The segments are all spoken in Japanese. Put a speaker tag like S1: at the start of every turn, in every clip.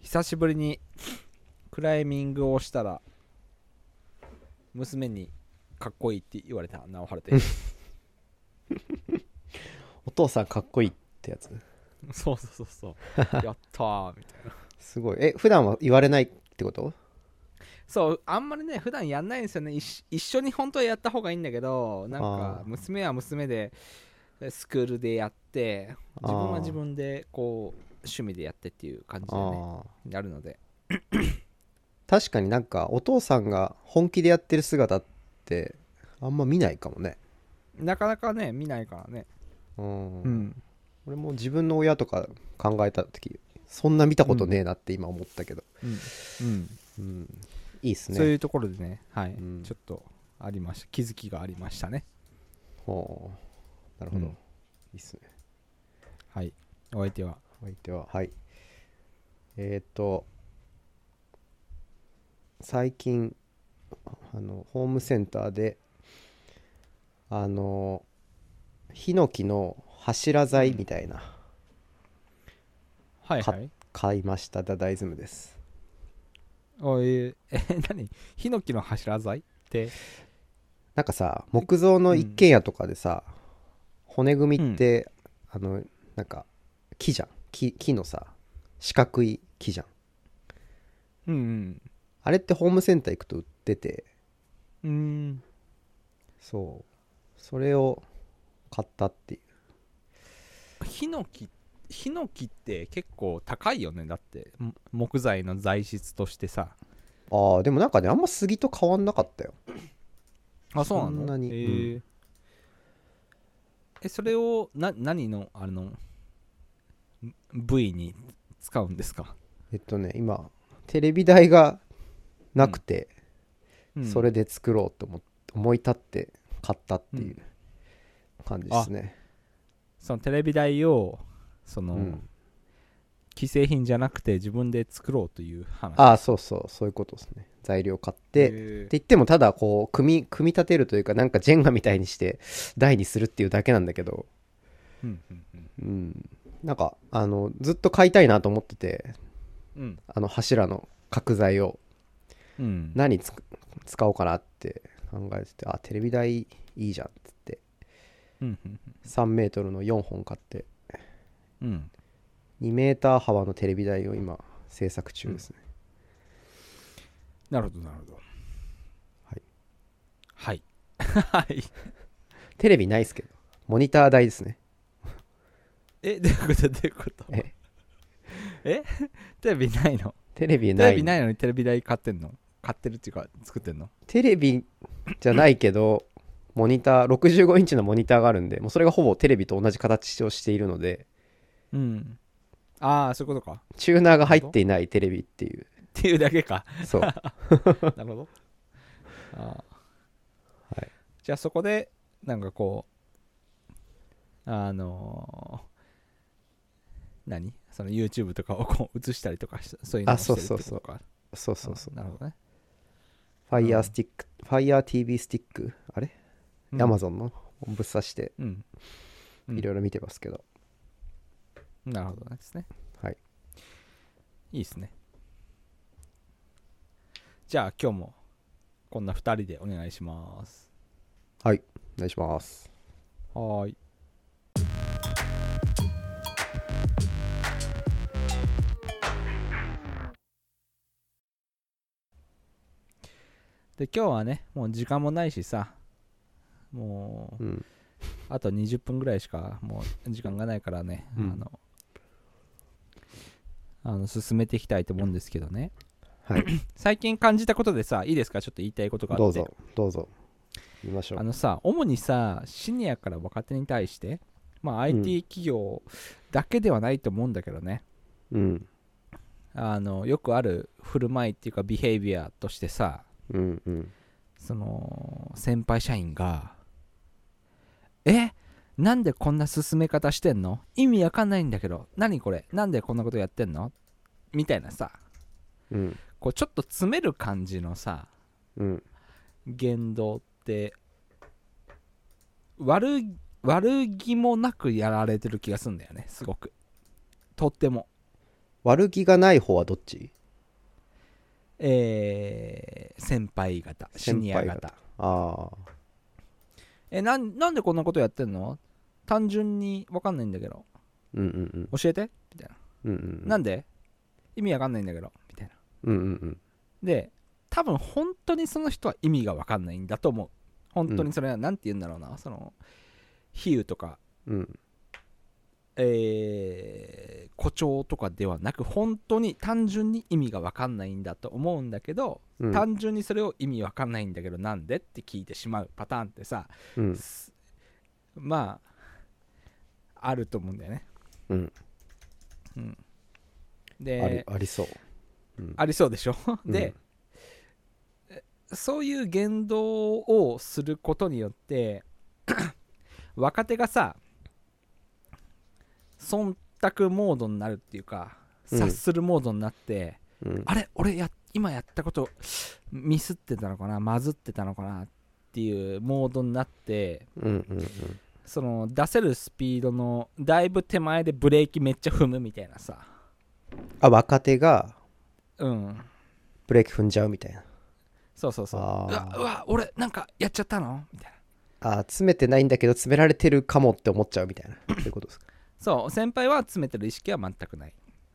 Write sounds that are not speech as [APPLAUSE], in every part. S1: 久しぶりにクライミングをしたら娘にかっこいいって言われたなおはれて
S2: お父さんかっこいいってやつ
S1: [LAUGHS] そうそうそうそう [LAUGHS] やったーみたいな
S2: すごいえ普段は言われないってこと
S1: そうあんまりね普段やんないんですよね一一緒に本当はやった方がいいんだけどなんか
S2: あー
S1: 娘は娘でスクールでやって自分は自分でこう趣味でやってっていう感じでね
S2: ああ
S1: やるので
S2: 確かになんかお父さんが本気でやってる姿ってあんま見ないかもね
S1: なかなかね見ないからね
S2: うん、
S1: うん
S2: 俺も自分の親とか考えた時そんな見たことねえなって今思ったけど、
S1: うん、
S2: うんいいっす
S1: そうい
S2: ね
S1: うところでね、はい
S2: うん
S1: ちょっとありました気づきがありましたね
S2: ほうなるほど、
S1: うん
S2: いいっすね
S1: はいお相手は
S2: お相手ははいえっ、と最近あのホームセンターであのヒノキの柱材みたいな
S1: はい
S2: は
S1: はい
S2: 買いましたダダイズムです
S1: おいえ [LAUGHS] ー何ヒノキの柱材って
S2: なんかさ木造の一軒家とかでさ、骨組みって、あのなんか木じゃん木木のさ四角い木じゃん
S1: うん
S2: あれってホームセンター行くと売ってて
S1: うんうん
S2: そうそれを買ったっていう
S1: ヒノキヒノキって結構高いよねだっても木材の材質としてさ
S2: ああでもなんかねあんま杉と変わんなかったよ
S1: あそうなの
S2: そんなに
S1: えーえそれをな何のあのん部位に使うんですか、
S2: えっとね今テレビ台がなくて、
S1: うん
S2: それで作ろうと思って思い立って買ったっていう感じですね、
S1: そのテレビ台をその、
S2: うん
S1: 既製品じゃなくて自分で作ろうという話
S2: ああそうそうそういうことですね材料買って、って
S1: へー
S2: 言ってもただこう組み組み立てるというかなんかジェンガみたいにして台にするっていうだけなんだけど
S1: うんうんうん
S2: うんなんかあのずっと買いたいなと思ってて
S1: うん
S2: あの柱の角材を
S1: うん
S2: 何つく使おうかなって考えててあテレビ台いいじゃんっつって
S1: うんうん
S2: 3メートルの4本買って
S1: うん
S2: 2メーター幅のテレビ台を今制作中ですね、
S1: なるほどなるほど
S2: はい
S1: はいはい [LAUGHS]
S2: テレビないっすけどモニター台ですね
S1: えどういうことどういうこと
S2: え
S1: えテレビないの
S2: テレビ
S1: テ
S2: な
S1: レ
S2: い
S1: ビないのにテレビ台買ってんの買ってるっていうか作ってんの
S2: テレビじゃないけどモニター65インチのモニターがあるんでもうそれがほぼテレビと同じ形をしているので
S1: うんああそういうことか
S2: チューナーが入っていないテレビっていう
S1: っていうだけか
S2: そう
S1: [LAUGHS] なるほどああ
S2: はい
S1: じゃあそこでなんかこうあのー何その YouTube とかをこう [LAUGHS] 映したりとかしそういうのを
S2: あ
S1: して
S2: そう
S1: るって
S2: そう
S1: ことか
S2: そうそうそう
S1: あなるほどね
S2: ファイヤースティックファイヤー TV スティックあれ
S1: うん
S2: Amazon のぶっ刺して
S1: うん、うん
S2: いろいろ見てますけど、
S1: なるほどですね
S2: はい
S1: いいですねじゃあ今日もこんな2人でお願いします
S2: はいお願いします
S1: はーいで今日はねもう時間もないしさもう
S2: うん
S1: あと20分ぐらいしかもう時間がないからね、
S2: うん
S1: あのあの進めていきたいと思うんですけどね
S2: はい
S1: 最近感じたことでさいいですかちょっと言いたいことがあって
S2: どうぞどうぞ見ましょ
S1: あ
S2: う
S1: のさ主にさシニアから若手に対して、まあ、
S2: うん
S1: IT 企業だけではないと思うんだけどね、
S2: うん
S1: あのよくある振る舞いっていうかビヘイビアとしてさ
S2: うんうん
S1: その先輩社員が「えなんでこんな進め方してんの意味わかんないんだけど何これなんでこんなことやってんの?」みたいなさ
S2: うん
S1: こうちょっと詰める感じのさ
S2: うん
S1: 言動って悪い悪気もなくやられてる気がするんだよねすごくとっても
S2: 悪気がない方はどっち
S1: えー先輩方シニア
S2: 先輩
S1: 方
S2: ああ
S1: えなんなんでこんなことやってんの単純に分かんないんだけど
S2: うんうん
S1: 教えてみたいな、
S2: うんうんうん
S1: なんで意味わかんないんだけどみたいな
S2: うんうんうん
S1: で多分本当にその人は意味が分かんないんだと思う本当にそれは何て言うんだろうな、その比喩とか
S2: うん
S1: えー誇張とかではなく本当に単純に意味が分かんないんだと思うんだけど、
S2: うん
S1: 単純にそれを意味分かんないんだけどなんでって聞いてしまうパターンってさ、
S2: うん
S1: すまああると思うんだよね。
S2: うん
S1: うん、
S2: あり
S1: で
S2: ありそううん
S1: ありそうでしょ
S2: うん
S1: で、そういう言動をすることによって [COUGHS] 若手がさ忖度モードになるっていうか
S2: うん
S1: 察するモードになって、
S2: うん
S1: あれ俺や今やったことミスってたのかなまずってたのかなっていうモードになって
S2: うんうんうん
S1: その出せるスピードのだいぶ手前でブレーキめっちゃ踏むみたいなさ
S2: あ若手が
S1: うん
S2: ブレーキ踏んじゃうみたいな
S1: そうそうそうう
S2: あー
S1: わうわ俺なんかやっちゃったのみたいな
S2: あー詰めてないんだけど詰められてるかもって思っちゃうみたいなそういうことですか
S1: そう先輩は詰めてる意識は全くない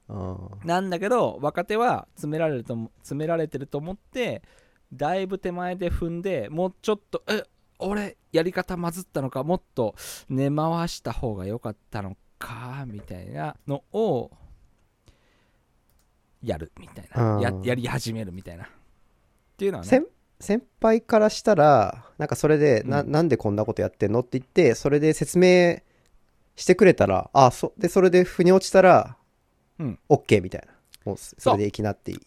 S2: あー
S1: なんだけど若手は詰められると思詰められてると思ってだいぶ手前で踏んでもうちょっとえ俺やり方まずったのかもっと根回した方が良かったのかみたいなのをやるみたいな
S2: あー
S1: ややり始めるみたいなっていうのはね
S2: 先先輩からしたらなんかそれで、な
S1: うん
S2: なんでこんなことやってんのって言ってそれで説明してくれたらあそでそれで腑に落ちたら、
S1: うん、
S2: OK みたいなもうそ
S1: そう
S2: それでいきなっていい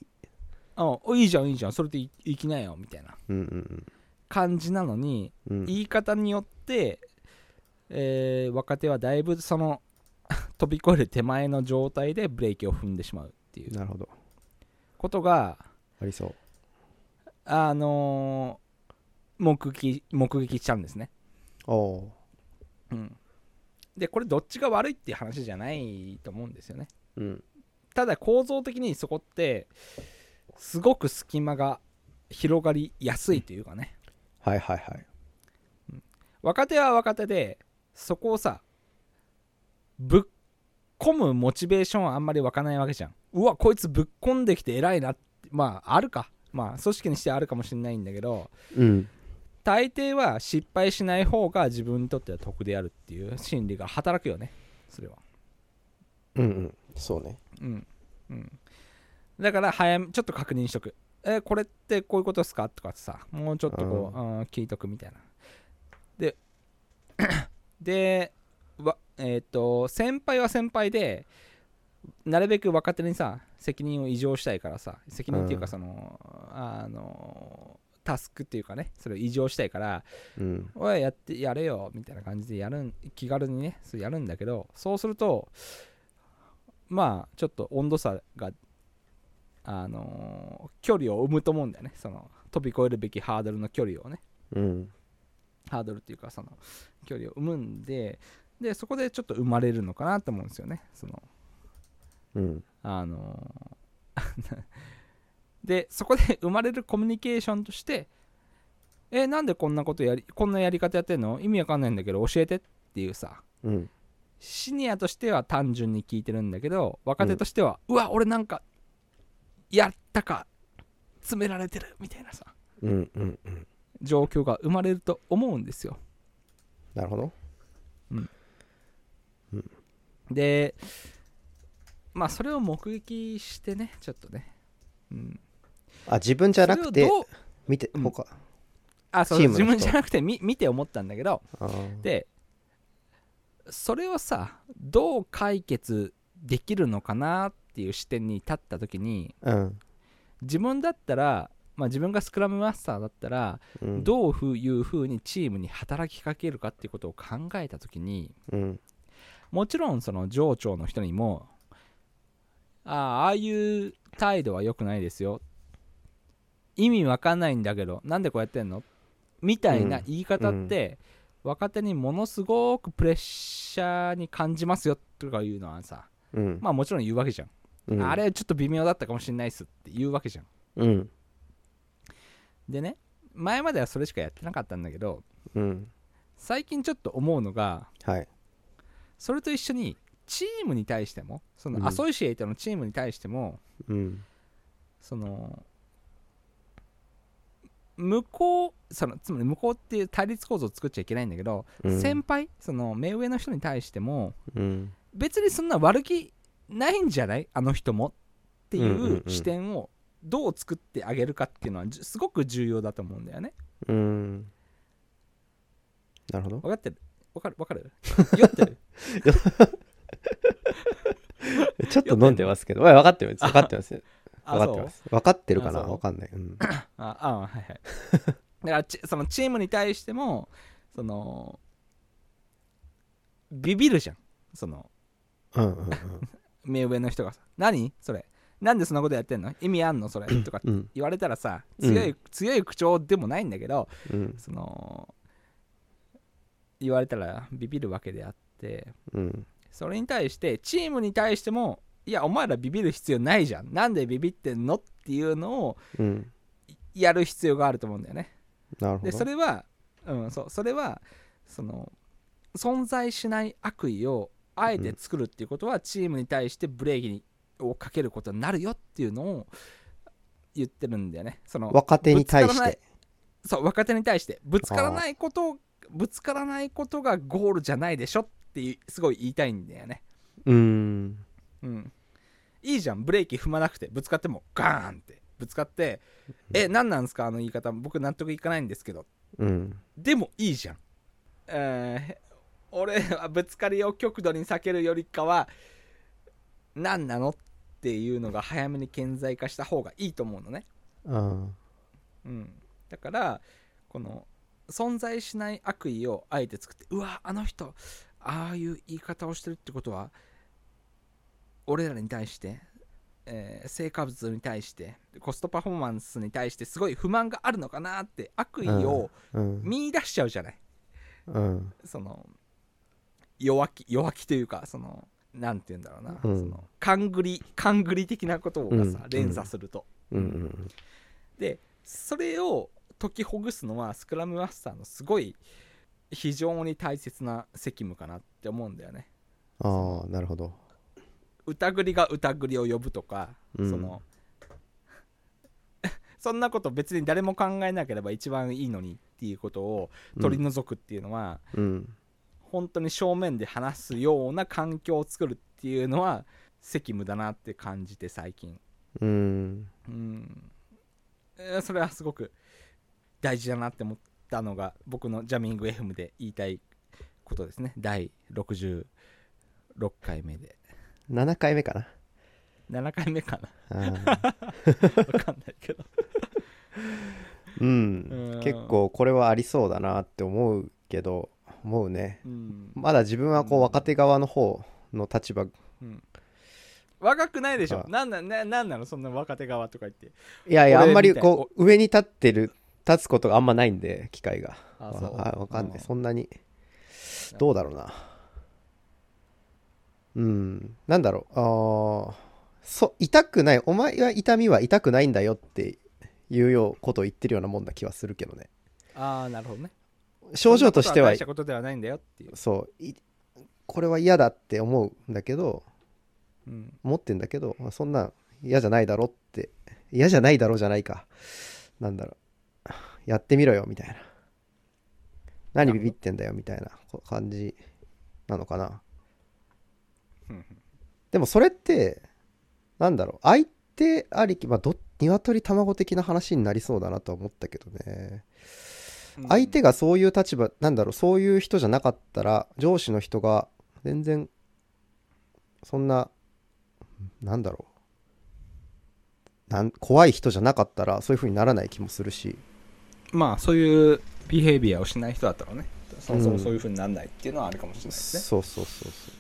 S1: あおいいじゃんいいじゃんそれでいいきなよみたいな
S2: うんうん
S1: 感じなのに
S2: うんうん
S1: 言い方によって、えー若手はだいぶその [LAUGHS] 飛び越える手前の状態でブレーキを踏んでしまうっていう
S2: なるほど
S1: ことが、
S2: ありそう
S1: あのー目撃目撃しちゃうんですね。
S2: おお
S1: うん、でこれどっちが悪いっていう話じゃないと思うんですよね。
S2: ーうん
S1: ただ構造的にそこってすごく隙間が広がりやすいというかね。
S2: はいはいはい
S1: 若手は若手でそこをさぶっ込むモチベーションはあんまり湧かないわけじゃんうわこいつぶっ込んできて偉いなってまああるかまあ組織にしてはあるかもしれないんだけど
S2: うん
S1: 大抵は失敗しない方が自分にとっては得であるっていう心理が働くよねそれは
S2: うんうんそうね
S1: うんうんだから早めちょっと確認しとくえーこれってこういうことですかとかってさもうちょっとこう、うん聞いとくみたいなで [COUGHS] でわえっ、と先輩は先輩でなるべく若手にさ責任を移譲したいからさ責任っていう
S2: う
S1: か
S2: ん
S1: その、あのタスクっていうかねそれを移譲したいから
S2: うん
S1: おいやってやれよみたいな感じでやるん気軽にねそうやるんだけどそうするとまあちょっと温度差があのー距離を生むと思うんだよねその飛び越えるべきハードルの距離をね
S2: うん
S1: ハードルっていうかその距離を生むんででそこでちょっと生まれるのかなと思うんですよねその
S2: うん
S1: あの [LAUGHS] ーでそこで生まれるコミュニケーションとして「えなんでこんなことやりこんなやり方やってんの意味わかんないんだけど教えて」っていうさ
S2: うん
S1: シニアとしては単純に聞いてるんだけど若手としては「うわ俺なんかやったか詰められてる」みたいなさ
S2: うんうんうん
S1: 状況が生まれると思うんですよ。
S2: なるほど
S1: でまあそれを目撃してねちょっとね、うん、
S2: あ自分じゃなく
S1: そ
S2: て
S1: れをどう
S2: 見て
S1: うん
S2: 他、
S1: あそう
S2: チームの
S1: 自分
S2: 人
S1: じゃなくて
S2: [LAUGHS]
S1: み見て思ったんだけど
S2: あー
S1: でそれをさどう解決できるのかなっていう視点に立った時に
S2: うん
S1: 自分だったら、まあ、自分がスクラムマスターだったら、
S2: うん
S1: どういうふうにチームに働きかけるかっていうことを考えた時に
S2: うん
S1: もちろんその上長の人にもああああいう態度は良くないですよ意味わかんないんだけどなんでこうやってんのみたいな
S2: うん
S1: 言い方って、若手にものすごくプレッシャーに感じますよとかいうのはさ
S2: うん
S1: まあもちろん言うわけじゃん
S2: うん、
S1: あれちょっと微妙だったかもしれないっすって言うわけじゃん
S2: うん
S1: でね前まではそれしかやってなかったんだけど
S2: うん
S1: 最近ちょっと思うのが
S2: はい
S1: それと一緒にチームに対してもそ
S2: うん
S1: のアソシエイトのチームに対しても、
S2: うん
S1: その向こうそのつまり向こうっていう対立構造を作っちゃいけないんだけど、
S2: うん
S1: 先輩その目上の人に対しても
S2: うん
S1: 別にそんな悪気ないんじゃないあの人もってい
S2: んうん
S1: う
S2: うん
S1: う視点をどう作ってあげるかっていうのはじゅすごく重要だと思うんだよね
S2: うんなるほど
S1: 分かってる分かる分か
S2: [LAUGHS]
S1: る酔ってる
S2: ちょっと飲んでますけど分かってます分かってます分
S1: あ
S2: かって
S1: そう
S2: ます分かってるかな
S1: あそう
S2: 分かんないうん
S1: ああ
S2: [LAUGHS]
S1: はいはいだからちそのチームに対してもそのビビるじゃんその
S2: うんうん
S1: 目上の人がさ「何それなんでそんなことやってんの意味あんのそれ」とか
S2: うんうん
S1: 言われたらさ
S2: うん
S1: 強い,、強い口調でもないんだけど
S2: うん
S1: その言われたらビビるわけであって
S2: うん
S1: それに対してチームに対しても「いやお前らビビる必要ないじゃんなんでビビってんの?」っていうのを
S2: うん
S1: やる必要があると思うんだよね。
S2: なるほ
S1: で
S2: ど
S1: それは、うん、そうそれはその存在しない悪意をあえて作るっていうことは、チームに対してブレーキにをかけることになるよっていうのを言ってるんだよねその
S2: 若手に対
S1: ぶつ
S2: し
S1: からない
S2: て
S1: そう若手に対してぶつからないことぶつからないことがゴールじゃないでしょっていうすごい言いたいんだよね
S2: うん
S1: うんいいじゃんブレーキ踏まなくてぶつかってもガーンってぶつかって、え何なんですかあの言い方僕納得いかないんですけど
S2: うん
S1: でもいいじゃん。えー俺はぶつかりを極度に避けるよりかは何なのっていうのが早めに顕在化した方がいいと思うのね。
S2: うん
S1: うん、だからこの存在しない悪意をあえて作ってうわあの人ああいう言い方をしてるってことは俺らに対して、えー成果物に対してコストパフォーマンスに対してすごい不満があるのかなって悪意を
S2: うん
S1: 見出しちゃうじゃない。
S2: うん
S1: その弱気弱気というかそのなんて言うんだろうな、
S2: うん
S1: その勘ぐり勘ぐり的なことをさ、
S2: うん
S1: 連鎖すると、
S2: うん
S1: でそれを解きほぐすのはスクラムマスターのすごい非常に大切な責務かなって思うんだよね
S2: ああなるほど
S1: 疑りが疑りを呼ぶとか、
S2: うん
S1: その [LAUGHS] そんなこと別に誰も考えなければ一番いいのにっていうことを取り除くっていうのは、
S2: うん
S1: 本当に正面で話すような環境を作るっていうのは責務だなって感じて最近
S2: うん
S1: うんえーそれはすごく大事だなって思ったのが僕のジャミング FM で言いたいことですね第66回目で
S2: 7回目かな
S1: 7回目かな [LAUGHS]
S2: あー
S1: わかんないけど
S2: うん
S1: うん
S2: 結構これはありそうだなって思うけど思うね
S1: うん、
S2: まだ自分はこ
S1: う
S2: うん若手側の方の立場い
S1: うん、若くないでしょ
S2: あ
S1: なんなななんなのそんな若手側とか言って
S2: やいやあ
S1: 俺
S2: んまり
S1: みたい
S2: こう上に立ってる立つことがあんまないんで機会が
S1: あそう
S2: あわかんな
S1: う
S2: い
S1: ん
S2: そんなにどうだろうなうんなんだろうあーそ痛くないお前は痛みは痛くないんだよっていうようことを言ってるようなもんな気はするけどね
S1: ああなるほどね
S2: 症状とし
S1: そ
S2: て
S1: んなこと
S2: は
S1: 大したことではないんだよっていう、
S2: そういこれは嫌だって思うんだけど
S1: うん、
S2: 思ってんだけどまあそんなん嫌じゃないだろって嫌じゃないだろじゃないかなんだろうやってみろよみたいな何
S1: なるほど
S2: ビビってんだよみたいなこ感じなのかな
S1: うん
S2: でもそれってなんだろう相手ありきまあど鶏卵的な話になりそうだなとは思ったけどね相手がそういう立場なんだろうそういう人じゃなかったら上司の人が全然そんななんだろうなん怖い人じゃなかったらそういう風にならない気もするし
S1: まあそういうビヘイビアをしない人だったらねそもそも
S2: うん
S1: そういうふうにならないっていうのはあるかもしれないですね、
S2: そうそうそうそ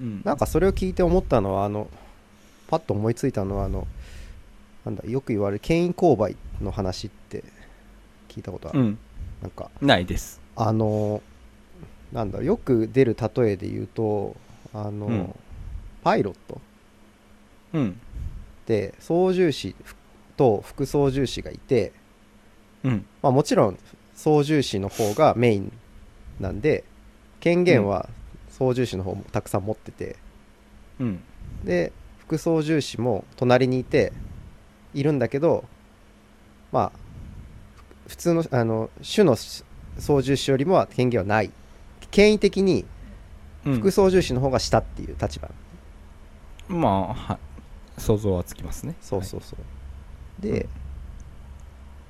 S2: う
S1: うん
S2: なんかそれを聞いて思ったのはあのパッと思いついたのはあのなんだよく言われる権威勾配の話って聞いたことある、
S1: うん
S2: なんか
S1: ないです
S2: あのなんだよく出る例えで言うとあの、
S1: うん
S2: パイロット
S1: うん
S2: で操縦士と副操縦士がいて、
S1: うん
S2: まあ、もちろん操縦士の方がメインなんで権限は操縦士の方もたくさん持ってて、
S1: うん
S2: で副操縦士も隣にいているんだけどまあふ普通のあの主の操縦士よりもは権限はない権威的に
S1: うん
S2: 副操縦士の方が下っていう立場、
S1: まあは想像はつきますね
S2: そう
S1: う、
S2: そうそう、
S1: は
S2: で、
S1: い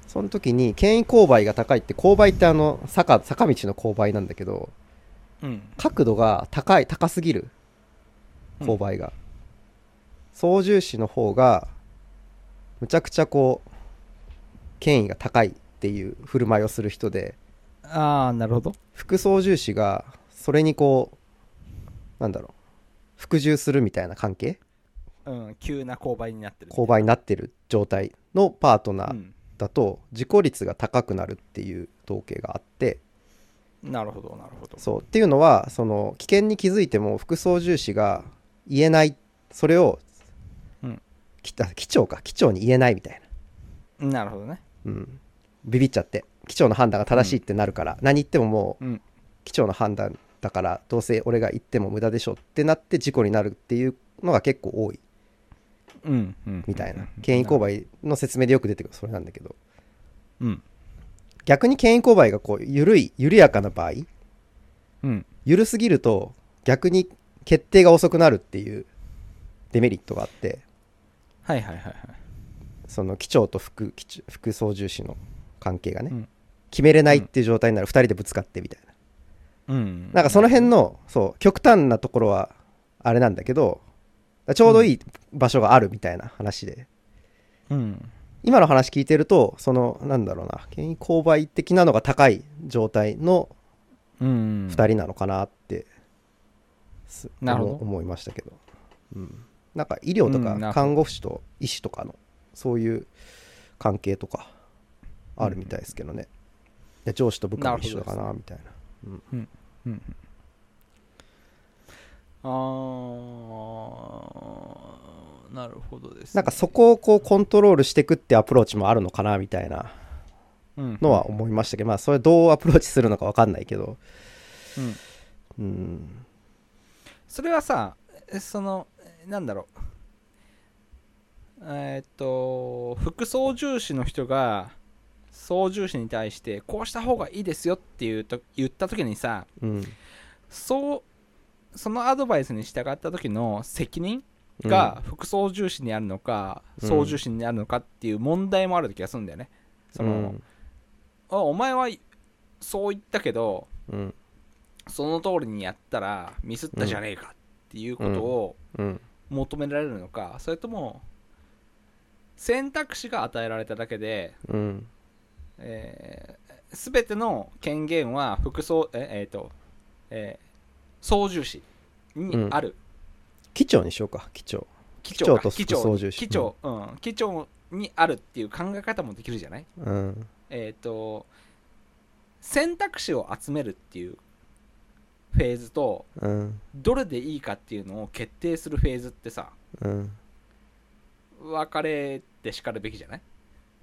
S2: その時に権威勾配が高いって勾配ってあの坂坂道の勾配なんだけど
S1: はいうん
S2: 角度が高い高すぎる
S1: うん
S2: 勾配が、操縦士の方がむちゃくちゃこう権威が高いっていう振る舞いをする人で
S1: ああなるほど
S2: 副操縦士がそれにこうなんだろう服従するみたいな関係
S1: うん急な勾配になってる
S2: 勾配になってる状態のパートナ
S1: う
S2: ー
S1: ん
S2: だと自己率が高くなるっていう統計があって
S1: なるほどなるほど
S2: そうっていうのはその危険に気づいても副操縦士が言えないそれを、
S1: うん
S2: きあ機長か機長に言えないみたい
S1: なるほどね
S2: な、うん、ビビっちゃって機長の判断が正しいってなるから、何言ってももう、
S1: うん
S2: 機長の判断だからどうせ俺が言っても無駄でしょってなって事故になるっていうのが結構多い
S1: うんうん
S2: みたいな権威勾配の説明でよく出てくるそれなんだけど
S1: うん
S2: 逆に権威勾配がこう緩い緩やかな場合
S1: うん
S2: 緩すぎると逆に決定が遅くなるっていうデメリットがあって
S1: はいはいはいはい
S2: その機長と副機長副操縦士の関係がね、
S1: うん
S2: 決めれないっていう状態になる2人でぶつかってみたいな、
S1: うん
S2: なんかその辺のそう極端なところはあれなんだけどちょうどいい場所があるみたいな話で、
S1: うん
S2: 今の話聞いてるとそのなんだろうな権威勾配的なのが高い状態の
S1: うん
S2: 2人なのかなってす
S1: なるほど
S2: 思思いましたけど、うん、なんか医療と
S1: うんな
S2: か
S1: るほど
S2: 看護師と医師とかのそういう関係とかあるみたいですけどね、で上司と部下も一緒だかなみたいな
S1: うんあーなるほどですね、
S2: なんかそこをこうコントロールしていくってアプローチもあるのかなみたいな
S1: うん
S2: のは思いましたけどまあそれどうアプローチするのか分かんないけど
S1: うん
S2: うん
S1: それはさえそのえなんだろうえーっと副操縦士の人が操縦士に対してこうした方がいいですよっていうと言った時にさ
S2: うん
S1: そうそのアドバイスに従った時の責任が副操縦士にあるのか、
S2: うん
S1: 操縦士にあるのかっていう問題もある気がするんだよねその、あお前はそう言ったけど
S2: うん
S1: その通りにやったらミスったじゃねえかっていうことを、
S2: うん
S1: 求められるのかそれとも選択肢が与えられただけで、
S2: うん
S1: えー、全ての権限は副操ええーと、えー操縦士にある、
S2: 機長にしようか機長
S1: 機
S2: 長
S1: 長か
S2: と
S1: 機
S2: 副
S1: 長
S2: 操縦士
S1: 機長,、うん、機長にあるっていう考え方もできるじゃない
S2: うん
S1: えっ、と選択肢を集めるっていうフェーズと
S2: うん
S1: どれでいいかっていうのを決定するフェーズってさ
S2: うん
S1: 分かれてしかるべきじゃない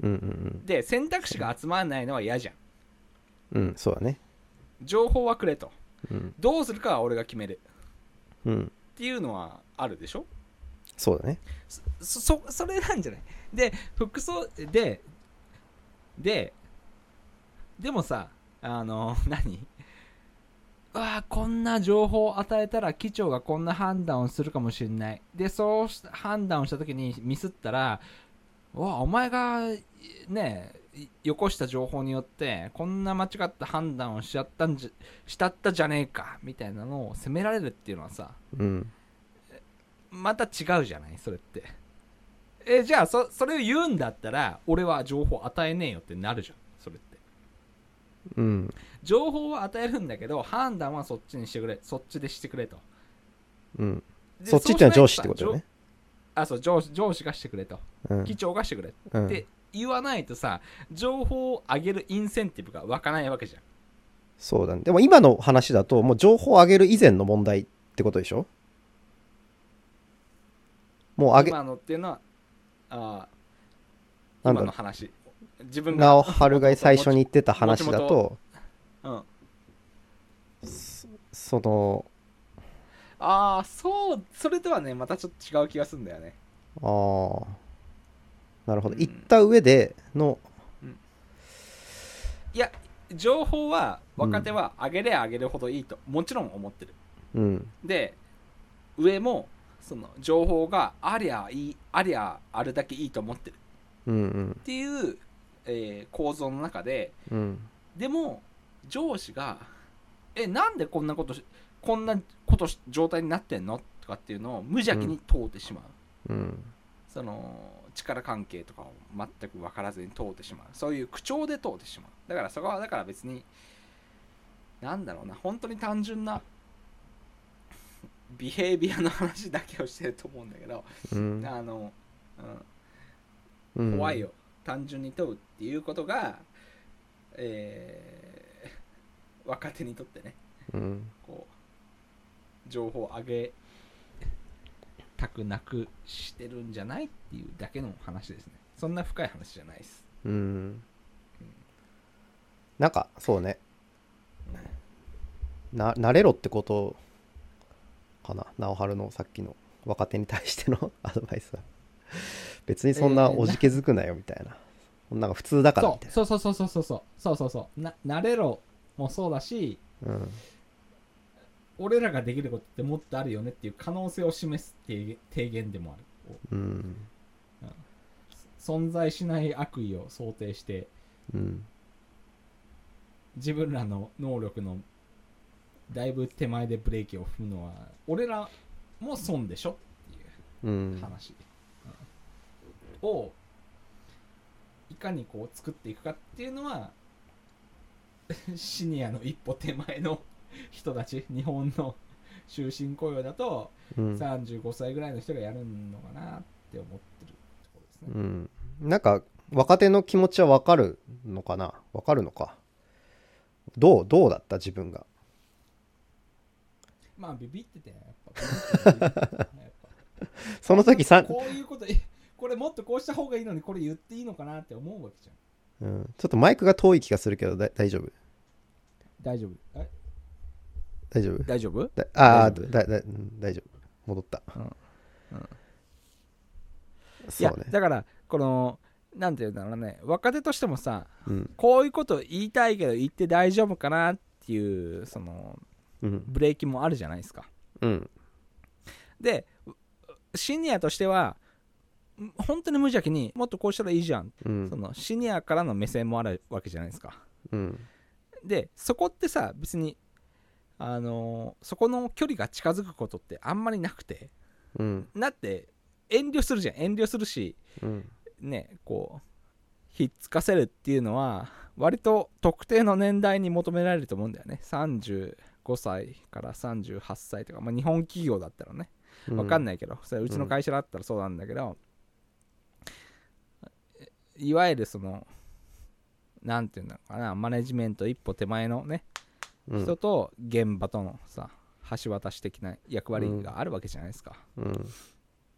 S2: うんうん
S1: で選択肢が集まらないのは嫌じゃん
S2: うんうんそうだね
S1: 情報はくれと
S2: うん
S1: どうするかは俺が決める
S2: うん
S1: っていうのはあるでしょ
S2: そうだね
S1: そそそれなんじゃないで服装でででもさあの [LAUGHS] 何ああこんな情報を与えたら機長がこんな判断をするかもしれないでそうした判断をした時にミスったらうわお前がねいよこした情報によってこんな間違った判断をしちゃったんじしたったじゃねえかみたいなのを責められるっていうのはさ
S2: うん
S1: また違うじゃないそれってえじゃあそそれを言うんだったら俺は情報与えねえよってなるじゃんそれって
S2: うん
S1: 情報は与えるんだけど判断はそっちにしてくれそっちでしてくれと
S2: うん
S1: で
S2: そっちってのは上司ってことよね
S1: そうしないとさ上あそう上司上司がしてくれと
S2: うん
S1: 議長がしてくれ
S2: うん
S1: って言わないとさ情報を上げるインセンティブが湧かないわけじゃん
S2: そうだねでも今の話だともう情報を上げる以前の問題ってことでしょもうあげ、
S1: 今のっていうのはあー
S2: な
S1: 今
S2: んだ
S1: の
S2: ろ
S1: 話自
S2: う、
S1: 分
S2: な
S1: が
S2: お春が最初に言ってた話だと、
S1: うん、あ
S2: そその、
S1: あーそうそれとはねまたちょっと違う気がするんだよね
S2: ああなるほ
S1: う
S2: ど、
S1: ん
S2: 行った上での
S1: いや情報は若手は上げれば上げるほどいいと、もちろん思ってる
S2: うん
S1: で上もその情報がありゃいいありゃあるだけいいと思ってる
S2: うんうん
S1: っていう、えー構造の中で
S2: うん
S1: でも上司が「えなんでこんなことしこんなことし状態になってんの?」とかっていうのを無邪気に問うてしまう、
S2: うん
S1: その力関係とかを全く分からずに問うてしまうそういう口調で問うてしまうだからそこはだから別になんだろうな本当に単純な [LAUGHS] ビヘイビアの話だけをしてると思うんだけど、
S2: うん
S1: あの、うん、
S2: うん
S1: 怖いよ、単純に問うっていうことが、えー若手にとってね
S2: うん
S1: こう情報を上げたくなくしてるんじゃないっていうだけの話ですねそんな深い話じゃないです
S2: うんなんかそうねな慣れろってことかな直春のさっきの若手に対しての [LAUGHS] アドバイスは別にそんなおじけづくなよみたいな、そんなの普通だからみたい
S1: そうそうそうそうそうそうそうそうそうな慣れろもそうだし
S2: なうん
S1: 俺らができることってもっとあるよねっていう可能性を示す提提言でもある
S2: うん
S1: 存在しない悪意を想定して
S2: うん
S1: 自分らの能力のだいぶ手前でブレーキを踏むのは俺らも損でしょっていう
S2: うん
S1: 話、うんをいかにこう作っていくかっていうのは [LAUGHS] シニアの一歩手前の [LAUGHS] 人たち日本の [LAUGHS] 終身雇用だと
S2: うん
S1: 35歳ぐらいの人がやるのかなって思ってるところですね、
S2: うん、なんか若手の気持ちは分かるのかな分かるのかどうどうだった自分が
S1: まあビビっててやっぱやっぱ
S2: その時さん、
S1: こういうこと [LAUGHS] これもっとこうした方がいいのにこれ言っていいのかなって思うわけじゃん
S2: うん、ちょっとマイクが遠い気がするけどだ大丈夫
S1: 大丈夫え
S2: 大丈夫
S1: 大丈夫
S2: だああ
S1: 大丈夫
S2: だだうん大丈夫戻った、
S1: うんうんい
S2: そ
S1: や
S2: うね
S1: だからこのなんていうんだろうね若手としてもさ
S2: うん
S1: こういうこと言いたいけど言って大丈夫かなっていうその
S2: うん
S1: ブレーキもあるじゃないですか
S2: うん
S1: でシニアとしてはん本当に無邪気にもっとこうしたらいいじゃん、
S2: う
S1: そ
S2: ん
S1: のシニアからの目線もあるわけじゃないですか
S2: うん
S1: でそこってさ別にあのーそこの距離が近づくことってあんまりなくて
S2: うん
S1: だって遠慮するじゃん遠慮するし
S2: うん
S1: ねこうひっつかせるっていうのは割と特定の年代に求められると思うんだよね35歳から38歳とか、まあ、日本企業だったらね
S2: うん
S1: 分かんないけど、それはうちの会社だったらそうなんだけど、いわゆるそのなんていうのかなマネジメント一歩手前のね
S2: うん
S1: 人と現場とのさ橋渡し的な役割があるわけじゃないですか、
S2: うん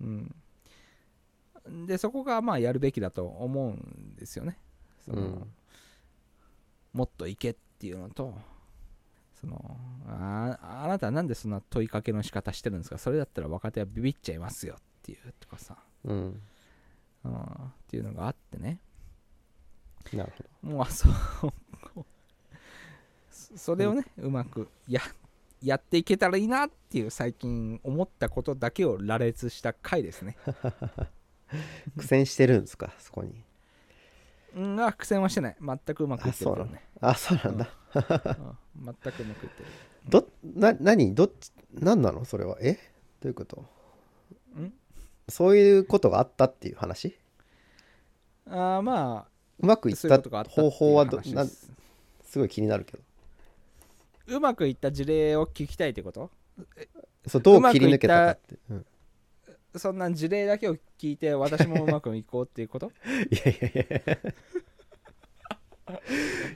S1: うん、でそこがまあやるべきだと思うんですよねその、
S2: うん
S1: もっといけっていうのとそのああなたなんでそんな問いかけの仕方してるんですかそれだったら若手はビビっちゃいますよっていうとかさ、
S2: うん
S1: うん、っていうのがあってね
S2: なるほど
S1: もうあそうこうそそれをね、うまくややっていけたらいいなっていう最近思ったことだけを羅列した回ですね
S2: 苦戦してるんですかそこに
S1: うん、あ苦戦はしてない。全くうまくいってるからね。
S2: あそうなんだ、
S1: うん全くうまくいって
S2: どな何どっち何なのそれはえどういうこと
S1: る。ん
S2: そういうことがあったっていう話
S1: あーま
S2: うまくい
S1: あ、
S2: っ
S1: そういう
S2: た
S1: ことがあったってい
S2: 方法は
S1: う
S2: ど
S1: 話
S2: な
S1: で
S2: ん
S1: す。
S2: すごい気になるけど
S1: うまくいった事例を聞きたいってこと
S2: そうど
S1: うま
S2: う
S1: くい
S2: 切
S1: っ
S2: り
S1: た
S2: 抜けたかってうん
S1: そんな事例だけを聞いて、私もうまくいこうっていうこと
S2: [LAUGHS] いやいやいや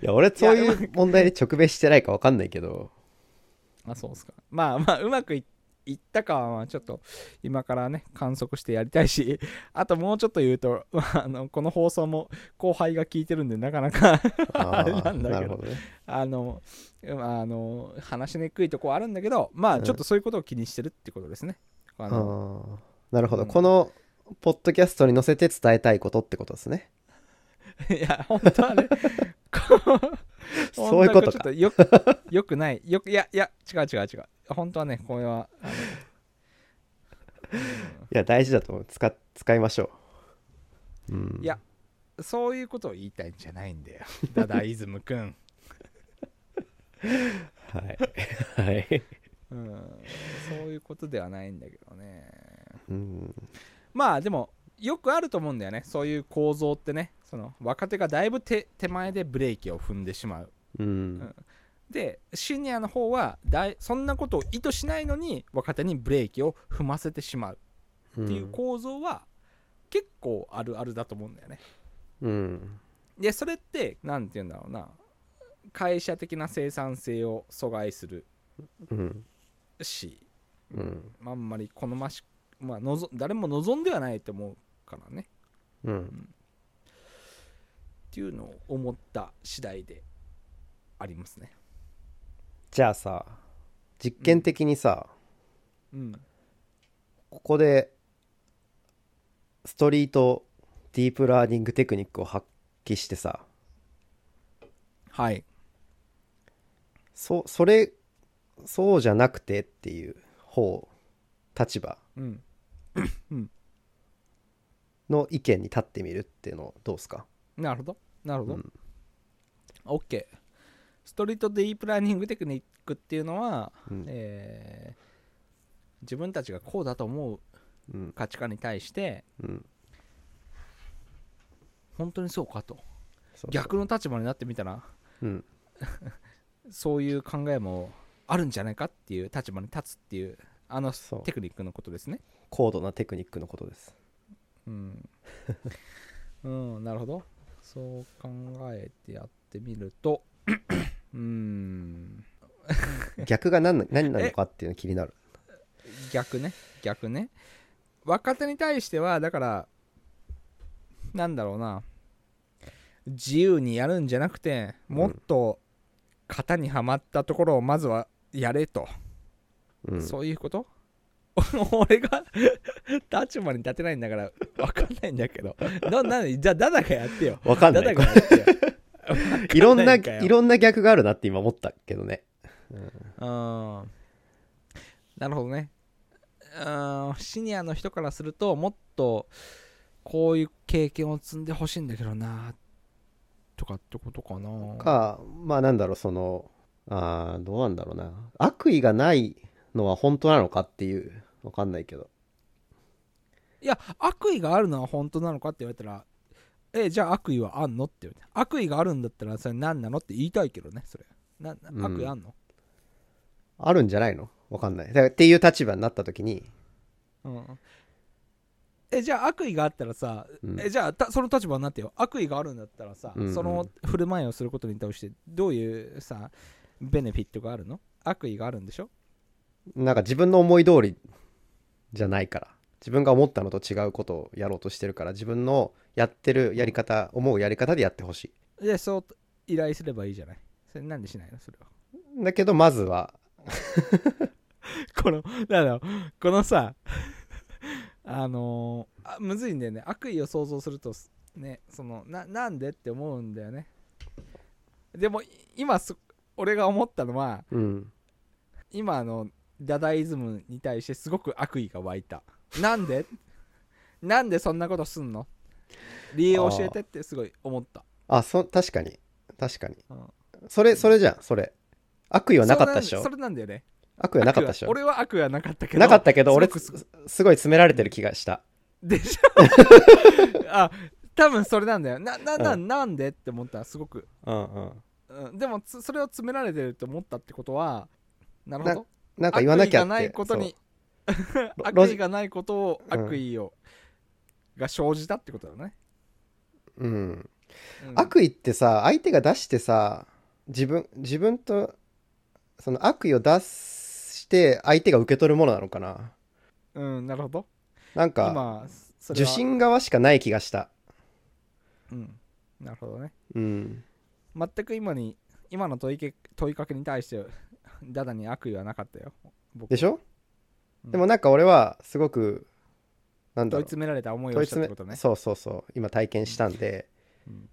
S2: いや俺そ
S1: [LAUGHS]
S2: ういう問題で直面してないか分かんないけど
S1: あ、そうですか。まあまあ、うまくい行ったかはちょっと今からね観測してやりたいしあともうちょっと言うと [LAUGHS] あのこの放送も後輩が聞いてるんでなかなかあれなんだ
S2: な
S1: け
S2: る
S1: ど
S2: ほどね。
S1: あのまああの話しにくいとこあるんだけどまあ
S2: うん
S1: ちょっとそういうことを気にしてるってことですね。あの
S2: あーなるほど、
S1: うん
S2: このポッドキャストに載せて伝えたいことってことですね。
S1: [LAUGHS] いや本当はねこう
S2: [LAUGHS] そういうことか
S1: 本当はれちょっとよくよくないよくいやいや違う違う違う本当はねこれはあの
S2: いや大事だと思う使っ使いましょう。うん、
S1: いやそういうことを言いたいんじゃないんだ
S2: [LAUGHS]
S1: よダダイズムくん、
S2: はい、 [LAUGHS] はい
S1: うん、そういうことではないんだけどね
S2: うん、
S1: まあでもよくあると思うんだよねそういう構造ってねその若手がだいぶ手手前でブレーキを踏んでしまう
S2: うん、
S1: でシニアの方はだいそんなことを意図しないのに若手にブレーキを踏ませてしまうっていう構造は結構あるあるだと思うんだよね。
S2: うん、
S1: でそれって何て言うんだろうな会社的な生産性を阻害する
S2: うん、
S1: し
S2: うん、
S1: あんまり好ましく、まあ、のぞ誰も望んではないと思うからね
S2: うん、
S1: っていうのを思った次第でありますね。
S2: じゃあさ、実験的にさ、
S1: うん、
S2: ここでストリートディープラーニングテクニックを発揮してさ、
S1: はい
S2: そそれそうじゃなくてっていう方立場
S1: うん
S2: の意見に立ってみるっていうのどうですか
S1: なるほどなるほど、
S2: うん
S1: OK ストリートディープラーニングテクニックっていうのは、
S2: うん
S1: えー自分たちがこうだと思う
S2: うん
S1: 価値観に対して
S2: うん
S1: 本当にそうかと
S2: そう
S1: 逆の立場になってみたら
S2: うん
S1: そういう考えもあるんじゃないかっていう立場に立つっていうあの
S2: そう
S1: テクニックのことですね
S2: 高度なテクニックのこと [LAUGHS] です
S1: うんうんなるほどそう考えてやってみるとうん
S2: 逆が何な何なのかっていうの気になる
S1: 逆ね逆ね若手に対してはだからなんだろうな自由にやるんじゃなくて
S2: うん
S1: もっと型にはまったところをまずはやれと、
S2: うん
S1: そういうこと [LAUGHS] 俺が [LAUGHS] 立場に立てないんだから分かんないんだけどななんじゃあダダがやってよ
S2: わか
S1: ダ
S2: ん
S1: ダ
S2: ない
S1: がやってよ
S2: いろんな
S1: わかんないんかよ
S2: いろんな逆があるなって今思ったけどね
S1: うんなるほどねうんシニアの人からするともっとこういう経験を積んでほしいんだけどなとかってことかな
S2: かまあなんだろうそのあーどうなんだろうな悪意がないのは本当なのかっていうわかんないけど
S1: いや悪意があるのは本当なのかって言われたらえじゃあ悪意はあんのって言われて悪意があるんだったらそれ何なのって言いたいけどねそれな
S2: うん
S1: 悪意あんの、
S2: あるんじゃないのわかんないだからっていう立場になった時に
S1: うんえじゃあ悪意があったらさ、
S2: うん
S1: えじゃあたその立場になってよ悪意があるんだったらさ、
S2: うんうん
S1: その振る舞いをすることに対してどういうさベネフィットがあるの悪意があるんでしょ
S2: なんか自分の思い通りじゃないから自分が思ったのと違うことをやろうとしてるから自分のやってるやり方思うやり方でやってほし
S1: でそう依頼すればいいじゃないそれなんでしないのそれは [LAUGHS]
S2: いだけどまずは
S1: このなんだろうこのさ [LAUGHS] あのーあむずいんだよね悪意を想像するとすねそのななんでって思うんだよねでもい今そ俺が思ったのは
S2: うん
S1: 今のダダイズムに対してすごく悪意が湧いたなん
S2: [LAUGHS]
S1: でなんでそんなことすんの理由を教えてってすごい思った、
S2: あそ確かに確かに
S1: うん
S2: それそれじゃんそれ悪意はなかったでしょ
S1: そうなんそれなんだよね
S2: 悪意はなかったでし
S1: 悪
S2: ょ
S1: 意は俺は悪意はなかったけど
S2: なかったけど俺
S1: すごくす
S2: すすごい詰められてる気がした
S1: でしょ [LAUGHS] あ多分それなんだよななな,、、
S2: うん
S1: なんでって思ったすごく、
S2: うんうん
S1: うん、でもつそれを詰められてると思ったってことはなるほど
S2: なんか言わなき
S1: 悪意
S2: ゃ
S1: がないことに [LAUGHS]
S2: ロ
S1: 悪意がないことを
S2: うん
S1: 悪意を、が生じたってことだね、
S2: そううん
S1: うん
S2: 悪意ってさ相手が出してさ自分自分とその悪意を出しして相手が受け取るものなのかな
S1: うんなるほど
S2: なんか
S1: 今それ
S2: 受
S1: は
S2: 信側しかない気がした
S1: うんなるほどね
S2: うん
S1: 全く今に今の問いけ問いかけに対して [LAUGHS] ダダに悪意はなかったよ僕
S2: でしょ、
S1: うん
S2: でもなんか俺はすごくなんだ
S1: 問い
S2: ろう
S1: 詰められた思い
S2: 問
S1: を
S2: い
S1: したっ
S2: 詰
S1: て
S2: め
S1: ことね
S2: そうそうそう今体験したんで、
S1: うん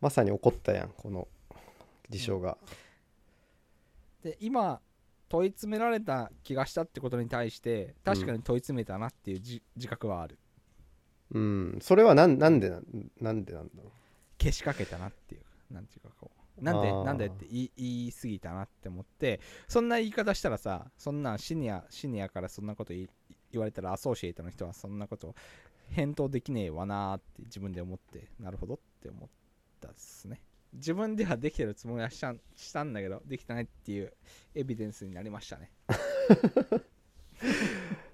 S2: まさに怒ったやんこの事象が、
S1: で今問い詰められた気がしたってことに対して確かに問い詰めたなっていうじ、自覚はある
S2: うんそれはなんなんでなんなんでなんだろう
S1: けしかけたなっていうなんていうかこうなんで
S2: あー
S1: なんでって言い言い過ぎたなって思ってそんな言い方したらさそんなんシニアシニアからそんなこと言い言われたらアソシエイトの人はそんなこと返答できねえわなーって自分で思ってなるほどって思ったっすね自分ではできてるつもりはしたんしたんだけどできてないっていうエビデンスになりましたね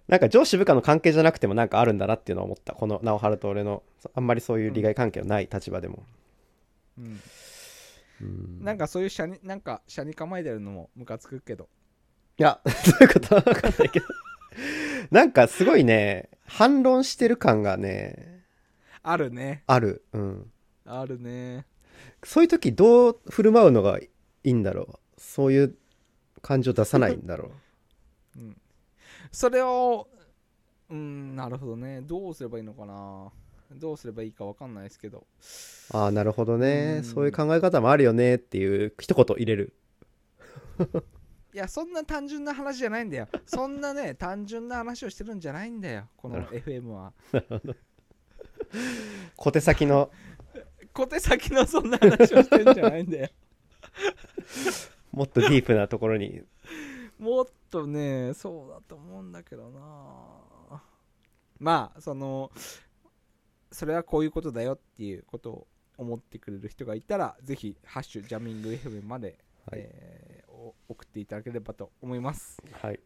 S2: なんか上司部下の関係じゃなくてもなんかあるんだなっていうのは思ったこの直春と俺のそあんまりそういう利害関係のない立場でも、
S1: うん
S2: うん
S1: なんかそういう車になんか車に構えてるのもムカつくけど
S2: いやどういうことわかんないけどなんかすごいね反論してる感がね
S1: あるね
S2: あるうん
S1: あるね
S2: そういう時どう振る舞うのがいいんだろうそういう感情出さないんだろう
S1: うんそれをうんなるほどねどうすればいいのかなどうすればいいかわかんないですけど
S2: ああなるほどね
S1: うん
S2: そういう考え方もあるよねっていう一言入れる
S1: いやそんな単純な話じゃないんだよそんな
S2: [LAUGHS]
S1: ね単純な話をしてるんじゃないんだよこの
S2: なる
S1: FM は
S2: 小手先の
S1: 小手先のそんな話をしてるんじゃないんだよ
S2: もっとディープなところに
S1: もっとねそうだと思うんだけどなまあそのそれはこういうことだよっていうことを思ってくれる人がいたらぜひハッシュジャミング FM まで、
S2: はい
S1: えーお送っていただければと思います
S2: はい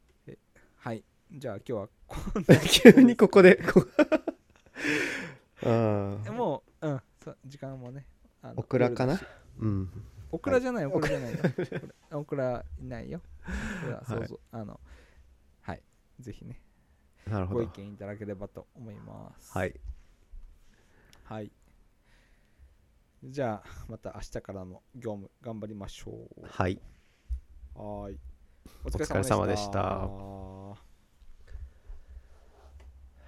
S1: はいじゃあ今日はこん
S2: [LAUGHS] 急にここでこ [LAUGHS] うん
S1: なもう、うん、そう時間もねあの
S2: オクラかな
S1: 夜だし
S2: うん
S1: オクラじゃない、オクラじゃないよこれオクラいないよこれはそうそう、あのはいぜひね
S2: なるほ
S1: ご意
S2: ど
S1: 見いただければと思います
S2: はい
S1: はい。じゃあ、また明日からの業務頑張りましょ
S2: はい。
S1: う。はーい。お
S2: お疲れ様でし
S1: 疲
S2: た
S1: れ様でした